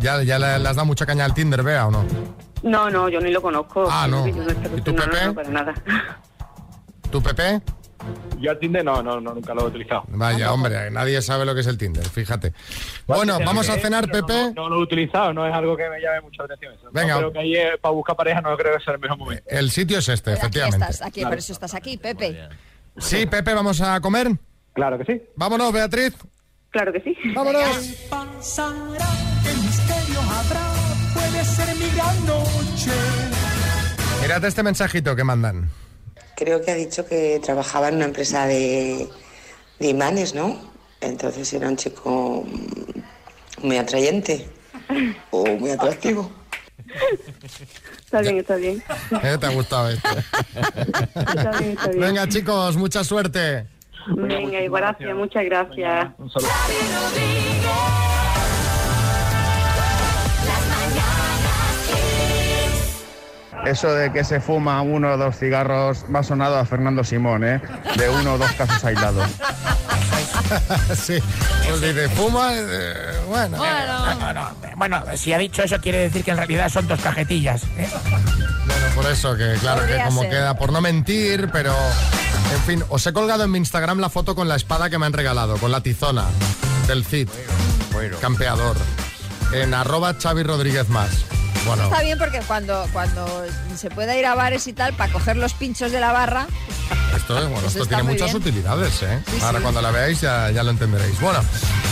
Speaker 2: ya ya le, le has dado mucha caña al Tinder, vea o no.
Speaker 4: No, no, yo ni lo conozco.
Speaker 2: Ah, no.
Speaker 4: Yo estoy-
Speaker 2: ¿Y tú,
Speaker 4: no, no,
Speaker 2: Pepe?
Speaker 4: no, para nada.
Speaker 2: ¿Tú, Pepe?
Speaker 5: Yo a Tinder no, no, no, nunca lo he utilizado.
Speaker 2: Vaya, hombre, nadie sabe lo que es el Tinder, fíjate. Bueno,
Speaker 5: Sí,
Speaker 2: vamos
Speaker 5: sí,
Speaker 2: a cenar,
Speaker 5: pero no-
Speaker 2: Pepe.
Speaker 5: No, lo he utilizado, no es algo que me llame mucha atención. Eso.
Speaker 2: Venga.
Speaker 5: No creo que ahí eh, para buscar pareja no creo que sea el mejor momento.
Speaker 2: El sitio es este,
Speaker 3: Aquí
Speaker 2: efectivamente.
Speaker 3: estás, aquí, por eso estás aquí, Pepe.
Speaker 2: Sí, Pepe, vamos a comer.
Speaker 5: Claro que sí.
Speaker 2: Vámonos, Beatriz.
Speaker 4: Claro que sí.
Speaker 2: Vámonos.
Speaker 29: pan sangrante, misterio habrá, puede ser mi gran noche.
Speaker 2: Mirad este mensajito que mandan.
Speaker 21: Creo que ha dicho que trabajaba en una empresa de, de imanes, ¿no? Entonces era un chico mm, muy atrayente o Oh, muy atractivo.
Speaker 4: Está bien, está bien.
Speaker 2: Eh, ¿Te ha gustado esto?
Speaker 4: Está bien, está bien.
Speaker 2: Venga, chicos, mucha suerte.
Speaker 4: Venga, y gracias, muchas gracias.
Speaker 30: Eso de que se fuma uno o dos cigarros va sonado a Fernando Simón, ¿eh? De uno o dos casos aislados.
Speaker 2: sí, pues dice, fuma, eh, bueno.
Speaker 31: Bueno, bueno, si ha dicho eso quiere decir que en realidad son dos cajetillas. ¿eh?
Speaker 2: Bueno, por eso que, claro, que
Speaker 31: Podría
Speaker 2: como
Speaker 31: ser.
Speaker 2: queda, por no mentir, pero. En fin, os he colgado en mi Instagram la foto con la espada que me han regalado, con la tizona del Cid, campeador, en arroba Xavi Rodríguez más. Bueno,
Speaker 3: Está bien porque cuando, cuando se pueda ir a bares y tal, para coger los pinchos de la barra,
Speaker 2: Esto, es- bueno,
Speaker 3: Eso
Speaker 2: esto
Speaker 3: Pues está
Speaker 2: tiene
Speaker 3: muy
Speaker 2: muchas
Speaker 3: bien.
Speaker 2: utilidades, ¿eh?
Speaker 3: Sí,
Speaker 2: Ahora
Speaker 3: sí.
Speaker 2: cuando la veáis ya, ya lo entenderéis. Bueno,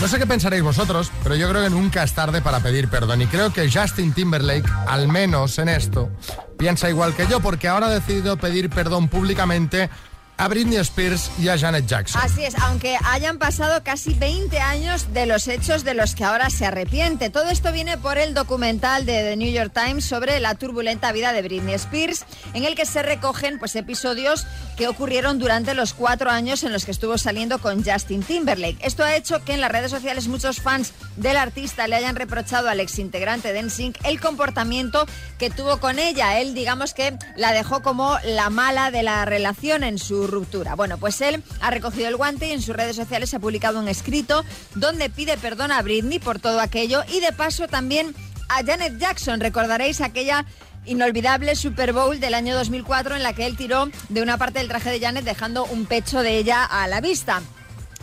Speaker 2: no sé qué pensaréis vosotros, pero yo creo que nunca es tarde para pedir perdón. Y creo que Justin Timberlake, al menos en esto, piensa igual que yo, porque ahora ha decidido pedir perdón públicamente a Britney Spears y a Janet Jackson.
Speaker 3: Así es, aunque hayan pasado casi 20 años de los hechos de los que ahora se arrepiente. Todo esto viene por el documental de The New York Times sobre la turbulenta vida de Britney Spears, en el que se recogen pues, episodios que ocurrieron durante los cuatro años en los que estuvo saliendo con Justin Timberlake. Esto ha hecho que en las redes sociales muchos fans del artista le hayan reprochado al exintegrante de NSYNC el comportamiento que tuvo con ella. Él, digamos que la dejó como la mala de la relación en su ruptura. Bueno, pues él ha recogido el guante y en sus redes sociales ha publicado un escrito donde pide perdón a Britney por todo aquello y de paso también a Janet Jackson. Recordaréis aquella inolvidable Super Bowl del año 2004 en la que él tiró de una parte del traje de Janet dejando un pecho de ella a la vista.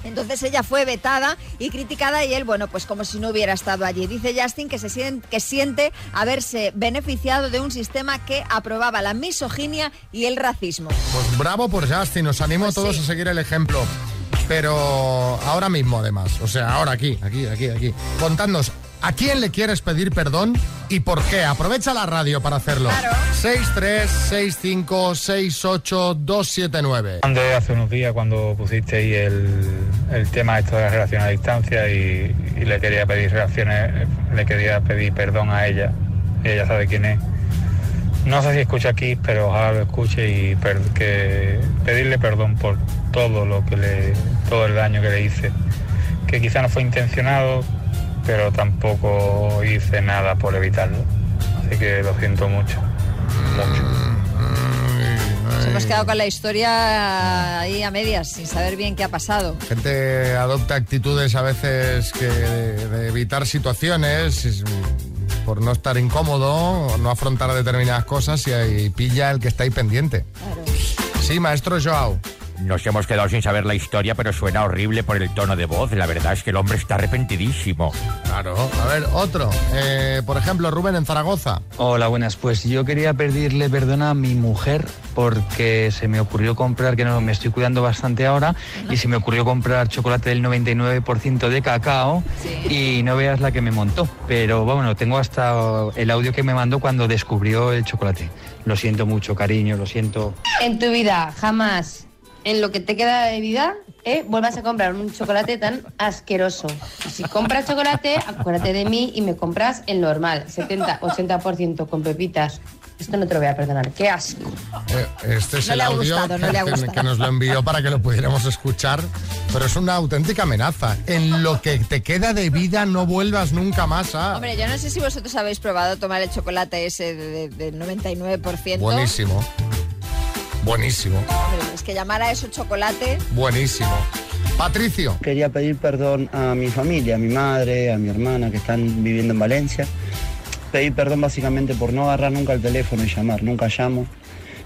Speaker 3: Entonces ella fue vetada y criticada y él, bueno, pues como si no hubiera estado allí. Dice Justin que, se sien- que siente haberse beneficiado de un sistema que aprobaba la misoginia y el racismo.
Speaker 2: Pues bravo por Justin, os animo a todos a seguir el ejemplo. Pero ahora mismo además, o sea, ahora aquí, aquí, aquí, aquí. Contadnos, ¿a quién le quieres pedir perdón y por qué? Aprovecha la radio para hacerlo. 636568279.
Speaker 8: André, hace unos días cuando pusisteis el, el tema esto de las relaciones a distancia y, y le quería pedir relaciones, le quería pedir perdón a ella. y Ella sabe quién es. No sé si escucha aquí, pero ojalá lo escuche y per- que pedirle perdón por todo lo que le, todo el daño que le hice. Que quizá no fue intencionado, pero tampoco hice nada por evitarlo. Así que lo siento mucho.
Speaker 3: Nos hemos quedado con la historia ahí a medias, sin saber bien qué ha pasado.
Speaker 2: Gente adopta actitudes a veces que de, de evitar situaciones es- por no estar incómodo, no afrontar determinadas cosas y ahí pilla el que está ahí pendiente. Sí, maestro Joao.
Speaker 12: Nos hemos quedado sin saber la historia, pero suena horrible por el tono de voz. La verdad es que el hombre está arrepentidísimo.
Speaker 2: Claro. A ver, otro. Eh, por ejemplo, Rubén en Zaragoza.
Speaker 32: Hola, buenas. Pues yo quería pedirle perdón a mi mujer porque se me ocurrió comprar, que no me estoy cuidando bastante ahora, y se me ocurrió comprar chocolate del 99% de cacao y no veas la que me montó. Pero bueno, tengo hasta el audio que me mandó cuando descubrió el chocolate. Lo siento mucho, cariño, lo siento.
Speaker 33: En tu vida jamás
Speaker 5: en lo que te queda de vida, ¿eh? vuelvas a comprar un chocolate tan asqueroso. Si compras chocolate, acuérdate de mí y me compras el normal, 70-80% con pepitas. Esto no te lo voy a perdonar, qué asco.
Speaker 2: Eh, Este es
Speaker 5: No
Speaker 2: el
Speaker 5: le ha
Speaker 2: audio
Speaker 5: gustado, no le ha
Speaker 2: que-
Speaker 5: gustado.
Speaker 2: que nos lo envió para que lo pudiéramos escuchar, pero es una auténtica amenaza. En lo que te queda de vida no vuelvas nunca más a...
Speaker 3: Hombre, yo no sé si vosotros habéis probado tomar el chocolate ese de- de- del 99%.
Speaker 2: Buenísimo. Buenísimo.
Speaker 3: Hombre, es que llamar a eso chocolate.
Speaker 2: Buenísimo. Patricio.
Speaker 6: Quería pedir perdón a mi familia, a mi madre, a mi hermana que están viviendo en Valencia. Pedir perdón básicamente por no agarrar nunca el teléfono y llamar, nunca llamo.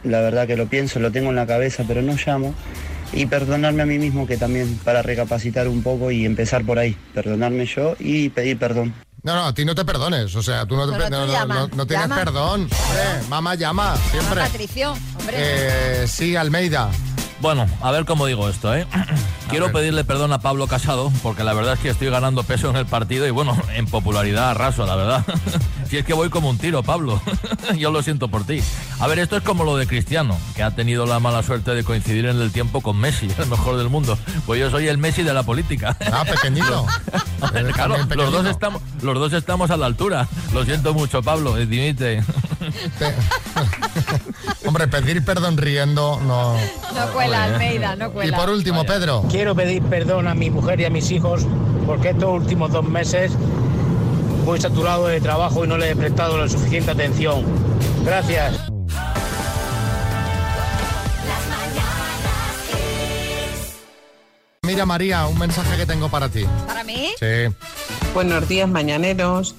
Speaker 6: La verdad que lo pienso, lo tengo en la cabeza, pero no llamo. Y perdonarme a mí mismo que también para recapacitar un poco y empezar por ahí. Perdonarme yo y pedir perdón.
Speaker 2: No, no, a ti no te perdones. O sea, tú no, te
Speaker 3: Solo
Speaker 2: pe-
Speaker 3: tú
Speaker 2: no, no,
Speaker 3: llama,
Speaker 2: no- no tienes
Speaker 3: llama.
Speaker 2: perdón. hombre. mamá llama, siempre.
Speaker 3: Patricio, hombre.
Speaker 2: Eh, sí, Almeida.
Speaker 12: Bueno, a ver cómo digo esto, ¿eh? Quiero pedirle perdón a Pablo Casado, porque la verdad es que estoy ganando peso en el partido y bueno, en popularidad arraso, la verdad. Si es que voy como un tiro, Pablo. Yo lo siento por ti. A ver, esto es como lo de Cristiano, que ha tenido la mala suerte de coincidir en el tiempo con Messi, el mejor del mundo. Pues yo soy el Messi de la política.
Speaker 2: Ah, pequeñito. Eh,
Speaker 12: claro,
Speaker 2: también
Speaker 12: los dos,
Speaker 2: pequeñito.
Speaker 12: estamos, los dos estamos a la altura. Lo siento mucho, Pablo. eh, Dimite.
Speaker 2: Hombre, pedir perdón riendo no.
Speaker 3: No cuela, Almeida, no cuela.
Speaker 2: Y por último, Pedro.
Speaker 9: Quiero pedir perdón a mi mujer y a mis hijos porque estos últimos dos meses voy saturado de trabajo y no les he prestado la suficiente atención. Gracias.
Speaker 2: Mira, María, un mensaje que tengo para ti.
Speaker 3: ¿Para mí?
Speaker 2: Sí.
Speaker 8: Buenos días, mañaneros.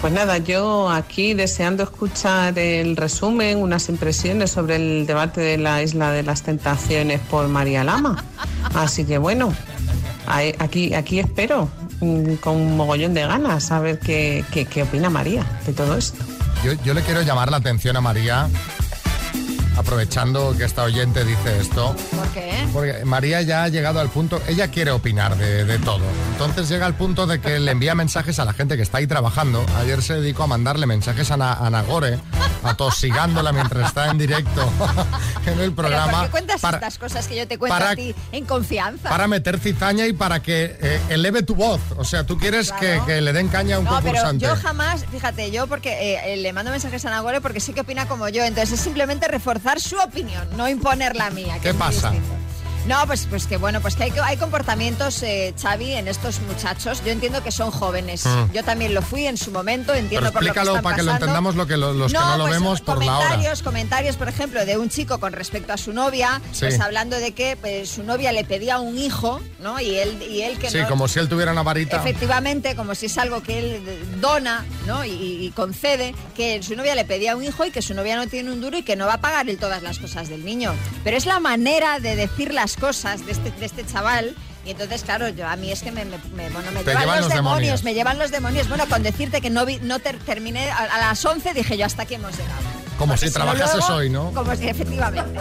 Speaker 8: Pues nada, yo aquí deseando escuchar el resumen, unas impresiones sobre el debate de la Isla de las Tentaciones por María Lama. Así que bueno, ahí- aquí, aquí espero mm, con un mogollón de ganas a ver qué, qué- qué opina María de todo esto.
Speaker 2: Yo, yo le quiero llamar la atención a María, aprovechando que esta oyente dice esto.
Speaker 3: ¿Por qué?
Speaker 2: Porque María ya ha llegado al punto, ella quiere opinar de, de todo. Entonces llega al punto de que le envía mensajes a la gente que está ahí trabajando. Ayer se dedicó a mandarle mensajes a, Na- a Nagore, atosigándola mientras está en directo en el
Speaker 3: ¿Pero ¿Por
Speaker 2: programa.
Speaker 3: qué cuentas
Speaker 2: para-
Speaker 3: estas cosas que yo te cuento
Speaker 2: para-
Speaker 3: a ti en confianza?
Speaker 2: para meter cizaña y para que eh, eleve tu voz. O sea, tú quieres que- que, le den caña a un
Speaker 3: No, pero
Speaker 2: concursante.
Speaker 3: yo jamás, fíjate, yo porque eh, eh, le mando mensajes a Nagore porque sé que opina como yo, entonces es simplemente reforzar su opinión, no imponer la mía. que
Speaker 2: ¿Qué
Speaker 3: es muy
Speaker 2: pasa?
Speaker 3: distinto. No, pues, pues que bueno, pues que hay, hay comportamientos, eh, Xavi, en estos muchachos. Yo entiendo que son jóvenes.
Speaker 2: Mm.
Speaker 3: Yo también lo fui en su momento,
Speaker 2: Pero
Speaker 3: entiendo por lo que
Speaker 2: explícalo
Speaker 3: están
Speaker 2: para que lo
Speaker 3: pasando.
Speaker 2: entendamos lo que lo- los que no lo
Speaker 3: pues,
Speaker 2: vemos por la hora.
Speaker 3: Comentarios, comentarios, por ejemplo, de un chico con respecto a su novia,
Speaker 2: Sí.
Speaker 3: pues hablando de que pues, su novia le pedía un hijo, ¿no? Y él, y él que
Speaker 2: Sí,
Speaker 3: no...
Speaker 2: como si él tuviera una varita.
Speaker 3: Efectivamente, como si es algo que él dona ¿no? y, y concede, que su novia le pedía un hijo y que su novia no tiene un duro y que no va a pagar él todas las cosas del niño. Pero es la manera de decir las cosas de este, de este chaval. Y entonces, claro, yo, a mí es que me, me- me- bueno, me
Speaker 2: Te
Speaker 3: llevan,
Speaker 2: llevan
Speaker 3: los
Speaker 2: los
Speaker 3: demonios,
Speaker 2: demonios.
Speaker 3: me llevan los demonios. Bueno, con decirte que no, vi- no ter- terminé, a, a las 11 dije yo, hasta aquí hemos llegado.
Speaker 2: Como si
Speaker 3: Porque no,
Speaker 2: trabajases
Speaker 3: luego-
Speaker 2: hoy, ¿no?
Speaker 3: Como si, efectivamente.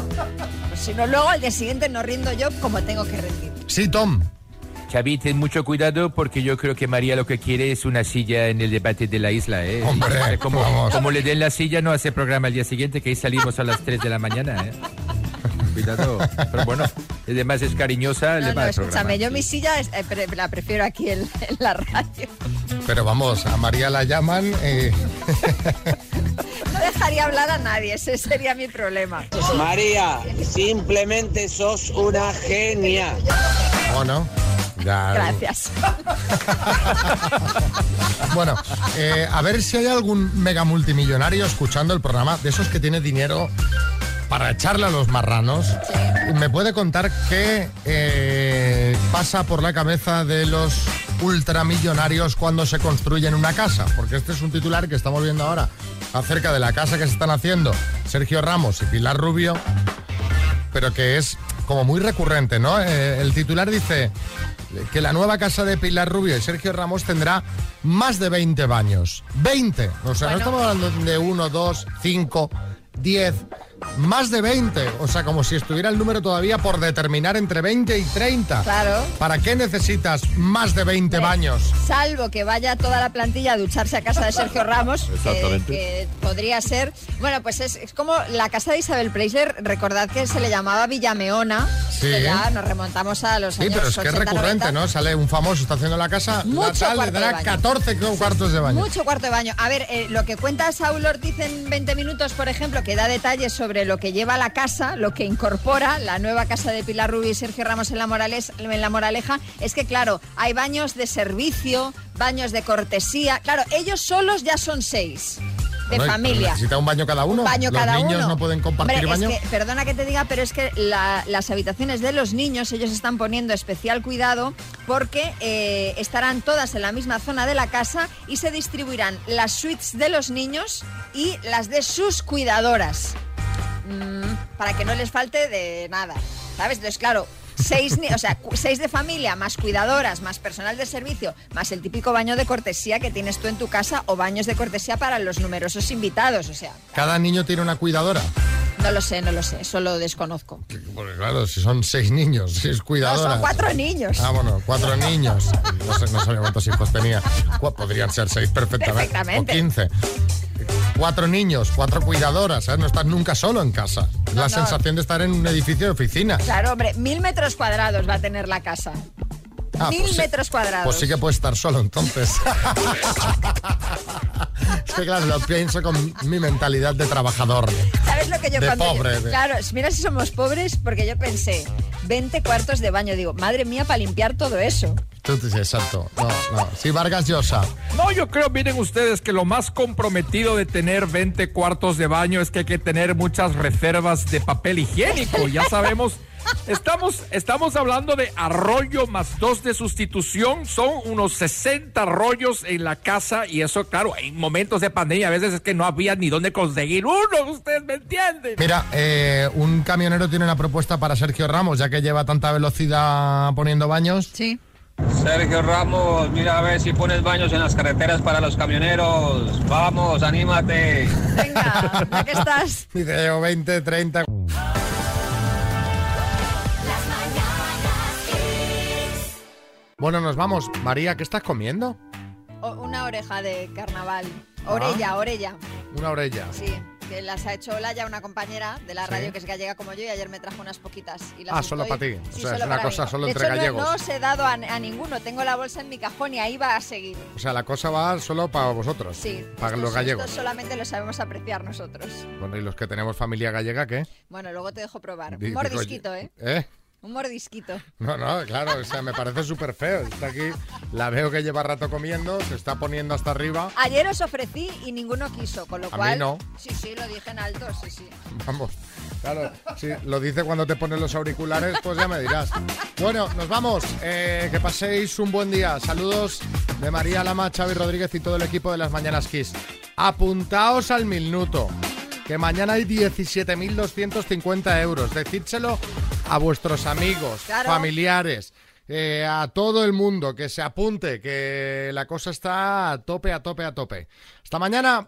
Speaker 3: Pues si no, luego al día siguiente no rindo yo como tengo que rendir.
Speaker 2: Sí, Tom.
Speaker 14: Xavi, ten mucho cuidado porque yo creo que María lo que quiere es una silla en el debate de la isla, ¿eh?
Speaker 2: Hombre, vamos.
Speaker 14: como le den la silla, no hace programa el día siguiente, que ahí salimos a las 3 de la mañana, ¿eh? Cuidado. Pero bueno, además es cariñosa, le
Speaker 3: No,
Speaker 14: va
Speaker 3: no,
Speaker 14: al programa.
Speaker 3: escúchame, yo mi silla es- eh, pre- la prefiero aquí en, en la radio.
Speaker 2: Pero vamos, a María la llaman. eh,
Speaker 3: No dejaría hablar a nadie, ese sería mi problema.
Speaker 15: María, simplemente sos una genia.
Speaker 2: ¿O no? Ya,
Speaker 3: Gracias.
Speaker 2: Bueno, eh, a ver si hay algún mega multimillonario escuchando el programa, de esos que tiene dinero para echarle a los marranos. Y ¿Me puede contar qué eh, pasa por la cabeza de los ultramillonarios cuando se construyen una casa? Porque este es un titular que estamos viendo ahora acerca de la casa que se están haciendo Sergio Ramos y Pilar Rubio, pero que es como muy recurrente, ¿no? Eh, el titular dice que la nueva casa de Pilar Rubio y Sergio Ramos tendrá más de 20 baños. ¡20! O sea, no estamos hablando de 1, 2, 5, 10, más de 20. O sea, como si estuviera el número todavía por determinar entre 20 y 30.
Speaker 3: Claro.
Speaker 2: ¿Para qué necesitas más de 20 baños?
Speaker 3: Salvo que vaya toda la plantilla a ducharse a casa de Sergio Ramos, que-
Speaker 2: Exactamente.
Speaker 3: que podría ser. Bueno, pues es, es como la casa de Isabel Preisler, recordad que se le llamaba Villameona,
Speaker 2: Sí.
Speaker 3: que ya nos remontamos a los
Speaker 2: Sí,
Speaker 3: años
Speaker 2: pero es que es
Speaker 3: 80,
Speaker 2: recurrente,
Speaker 3: 90.
Speaker 2: ¿no? Sale un famoso, está haciendo la casa,
Speaker 3: Mucho
Speaker 2: la tal le
Speaker 3: cuarto de
Speaker 2: dará
Speaker 3: baño.
Speaker 2: 14 cuartos de baño.
Speaker 3: Mucho cuarto de baño. A ver, eh, lo que cuenta Saúl Ortiz en 20 minutos, por ejemplo, que da detalles sobre lo que lleva la casa, lo que incorpora la nueva casa de Pilar Rubio y Sergio Ramos en la, Morales, en la Moraleja, es que, claro, hay baños de servicio, baños de cortesía. Claro, ellos solos ya son seis de
Speaker 2: Bueno, y- pero
Speaker 3: familia.
Speaker 2: Necesita un baño cada uno.
Speaker 3: Un baño
Speaker 2: Los
Speaker 3: cada
Speaker 2: niños
Speaker 3: uno.
Speaker 2: no pueden compartir
Speaker 3: Hombre, es
Speaker 2: baño.
Speaker 3: que- perdona que te diga, pero es que la- las habitaciones de los niños, ellos están poniendo especial cuidado porque eh, estarán todas en la misma zona de la casa y se distribuirán las suites de los niños y las de sus cuidadoras. Mm, para que no les falte de nada. ¿Sabes? Entonces, claro. Seis, ni- o sea, cu- seis de familia, más cuidadoras, más personal de servicio, más el típico baño de cortesía que tienes tú en tu casa o baños de cortesía para los numerosos invitados. O sea,
Speaker 2: Cada niño tiene una cuidadora.
Speaker 3: no lo sé, no lo sé, eso lo desconozco.
Speaker 2: Porque claro, si son seis niños, si es
Speaker 3: No,
Speaker 2: cuidadora.
Speaker 3: son cuatro niños.
Speaker 2: Ah, bueno, cuatro niños. No, sé, no sabía cuántos hijos tenía. Cu- Podrían ser seis perfectamente.
Speaker 3: Perfectamente.
Speaker 2: O quince. Cuatro niños, cuatro cuidadoras, ¿sabes? No estás nunca solo en casa. Es la
Speaker 3: No, no.
Speaker 2: sensación de estar en un edificio de oficinas.
Speaker 3: Claro, hombre, mil metros cuadrados va a tener la casa.
Speaker 2: Ah,
Speaker 3: mil
Speaker 2: pues sí.
Speaker 3: metros cuadrados.
Speaker 2: Pues sí que puedes estar solo entonces. es que claro, lo pienso con mi mentalidad de trabajador.
Speaker 3: ¿Sabes lo que yo
Speaker 2: De
Speaker 3: cuando yo-
Speaker 2: pobre, de-
Speaker 3: Claro, mira si somos pobres, porque yo pensé, 20 cuartos de baño. Digo, madre mía, para limpiar todo eso.
Speaker 2: Tú dices, exacto. No, no. Sí, Vargas Llosa.
Speaker 14: No, yo creo, miren ustedes, que lo más comprometido de tener 20 cuartos de baño es que hay que tener muchas reservas de papel higiénico. Ya sabemos, estamos, estamos hablando de arroyo más dos de sustitución. Son unos 60 rollos en la casa y eso, claro, en momentos de pandemia a veces es que no había ni dónde conseguir uno. ¿Ustedes me entienden?
Speaker 2: Mira, eh, un camionero tiene una propuesta para Sergio Ramos, ya que lleva tanta velocidad poniendo baños.
Speaker 3: Sí.
Speaker 7: Sergio Ramos, mira a ver si pones baños en las carreteras para los camioneros. Vamos, anímate.
Speaker 3: ¿A qué estás?
Speaker 2: Dice, "Oh, llevo 20, 30. Bueno, nos vamos. María, ¿qué estás comiendo?
Speaker 3: O- una oreja de carnaval. Orella,
Speaker 2: Ah.
Speaker 3: orella.
Speaker 2: Una orella.
Speaker 3: Sí, que las ha hecho Olaya, una compañera de la
Speaker 2: Sí.
Speaker 3: radio que es gallega como yo, y ayer me trajo unas poquitas. Y las
Speaker 2: Ah, solo
Speaker 3: estoy-
Speaker 2: pa' ti. O
Speaker 3: Sí,
Speaker 2: sea, es
Speaker 3: solo
Speaker 2: una
Speaker 3: para
Speaker 2: cosa
Speaker 3: mí.
Speaker 2: solo
Speaker 3: De
Speaker 2: entre
Speaker 3: hecho, no-
Speaker 2: gallegos.
Speaker 3: No, os he dado a, a ninguno. Tengo la bolsa en mi cajón y ahí va a seguir.
Speaker 2: O sea, la cosa va solo para vosotros.
Speaker 3: Sí.
Speaker 2: Para
Speaker 3: esto-
Speaker 2: los
Speaker 3: esto
Speaker 2: gallegos.
Speaker 3: solamente lo sabemos apreciar nosotros.
Speaker 2: Bueno, y los que tenemos familia gallega, ¿qué?
Speaker 3: Bueno, luego te dejo probar.
Speaker 2: Di-
Speaker 3: Un
Speaker 2: digo,
Speaker 3: mordisquito, ¿eh?
Speaker 2: ¿Eh?
Speaker 3: Un mordisquito.
Speaker 2: No, no, claro, o sea, me parece súper feo. Está aquí, la veo que lleva rato comiendo, se está poniendo hasta arriba.
Speaker 3: Ayer os ofrecí y ninguno quiso, con lo
Speaker 2: A mí
Speaker 3: cual.
Speaker 2: no.
Speaker 3: Sí, sí, lo dije en alto, sí, sí.
Speaker 2: Vamos. Claro, si lo dice cuando te pones los auriculares, pues ya me dirás. Bueno, nos vamos. Eh, que paséis un buen día. Saludos de María Lama, Xavi Rodríguez y todo el equipo de las Mañanas Kiss. Apuntaos al minuto, que mañana hay 17.250 euros. Decídselo a vuestros amigos,
Speaker 17: Claro.
Speaker 2: familiares, eh, a todo el mundo, que se apunte, que la cosa está a tope, a tope, a tope. Hasta mañana.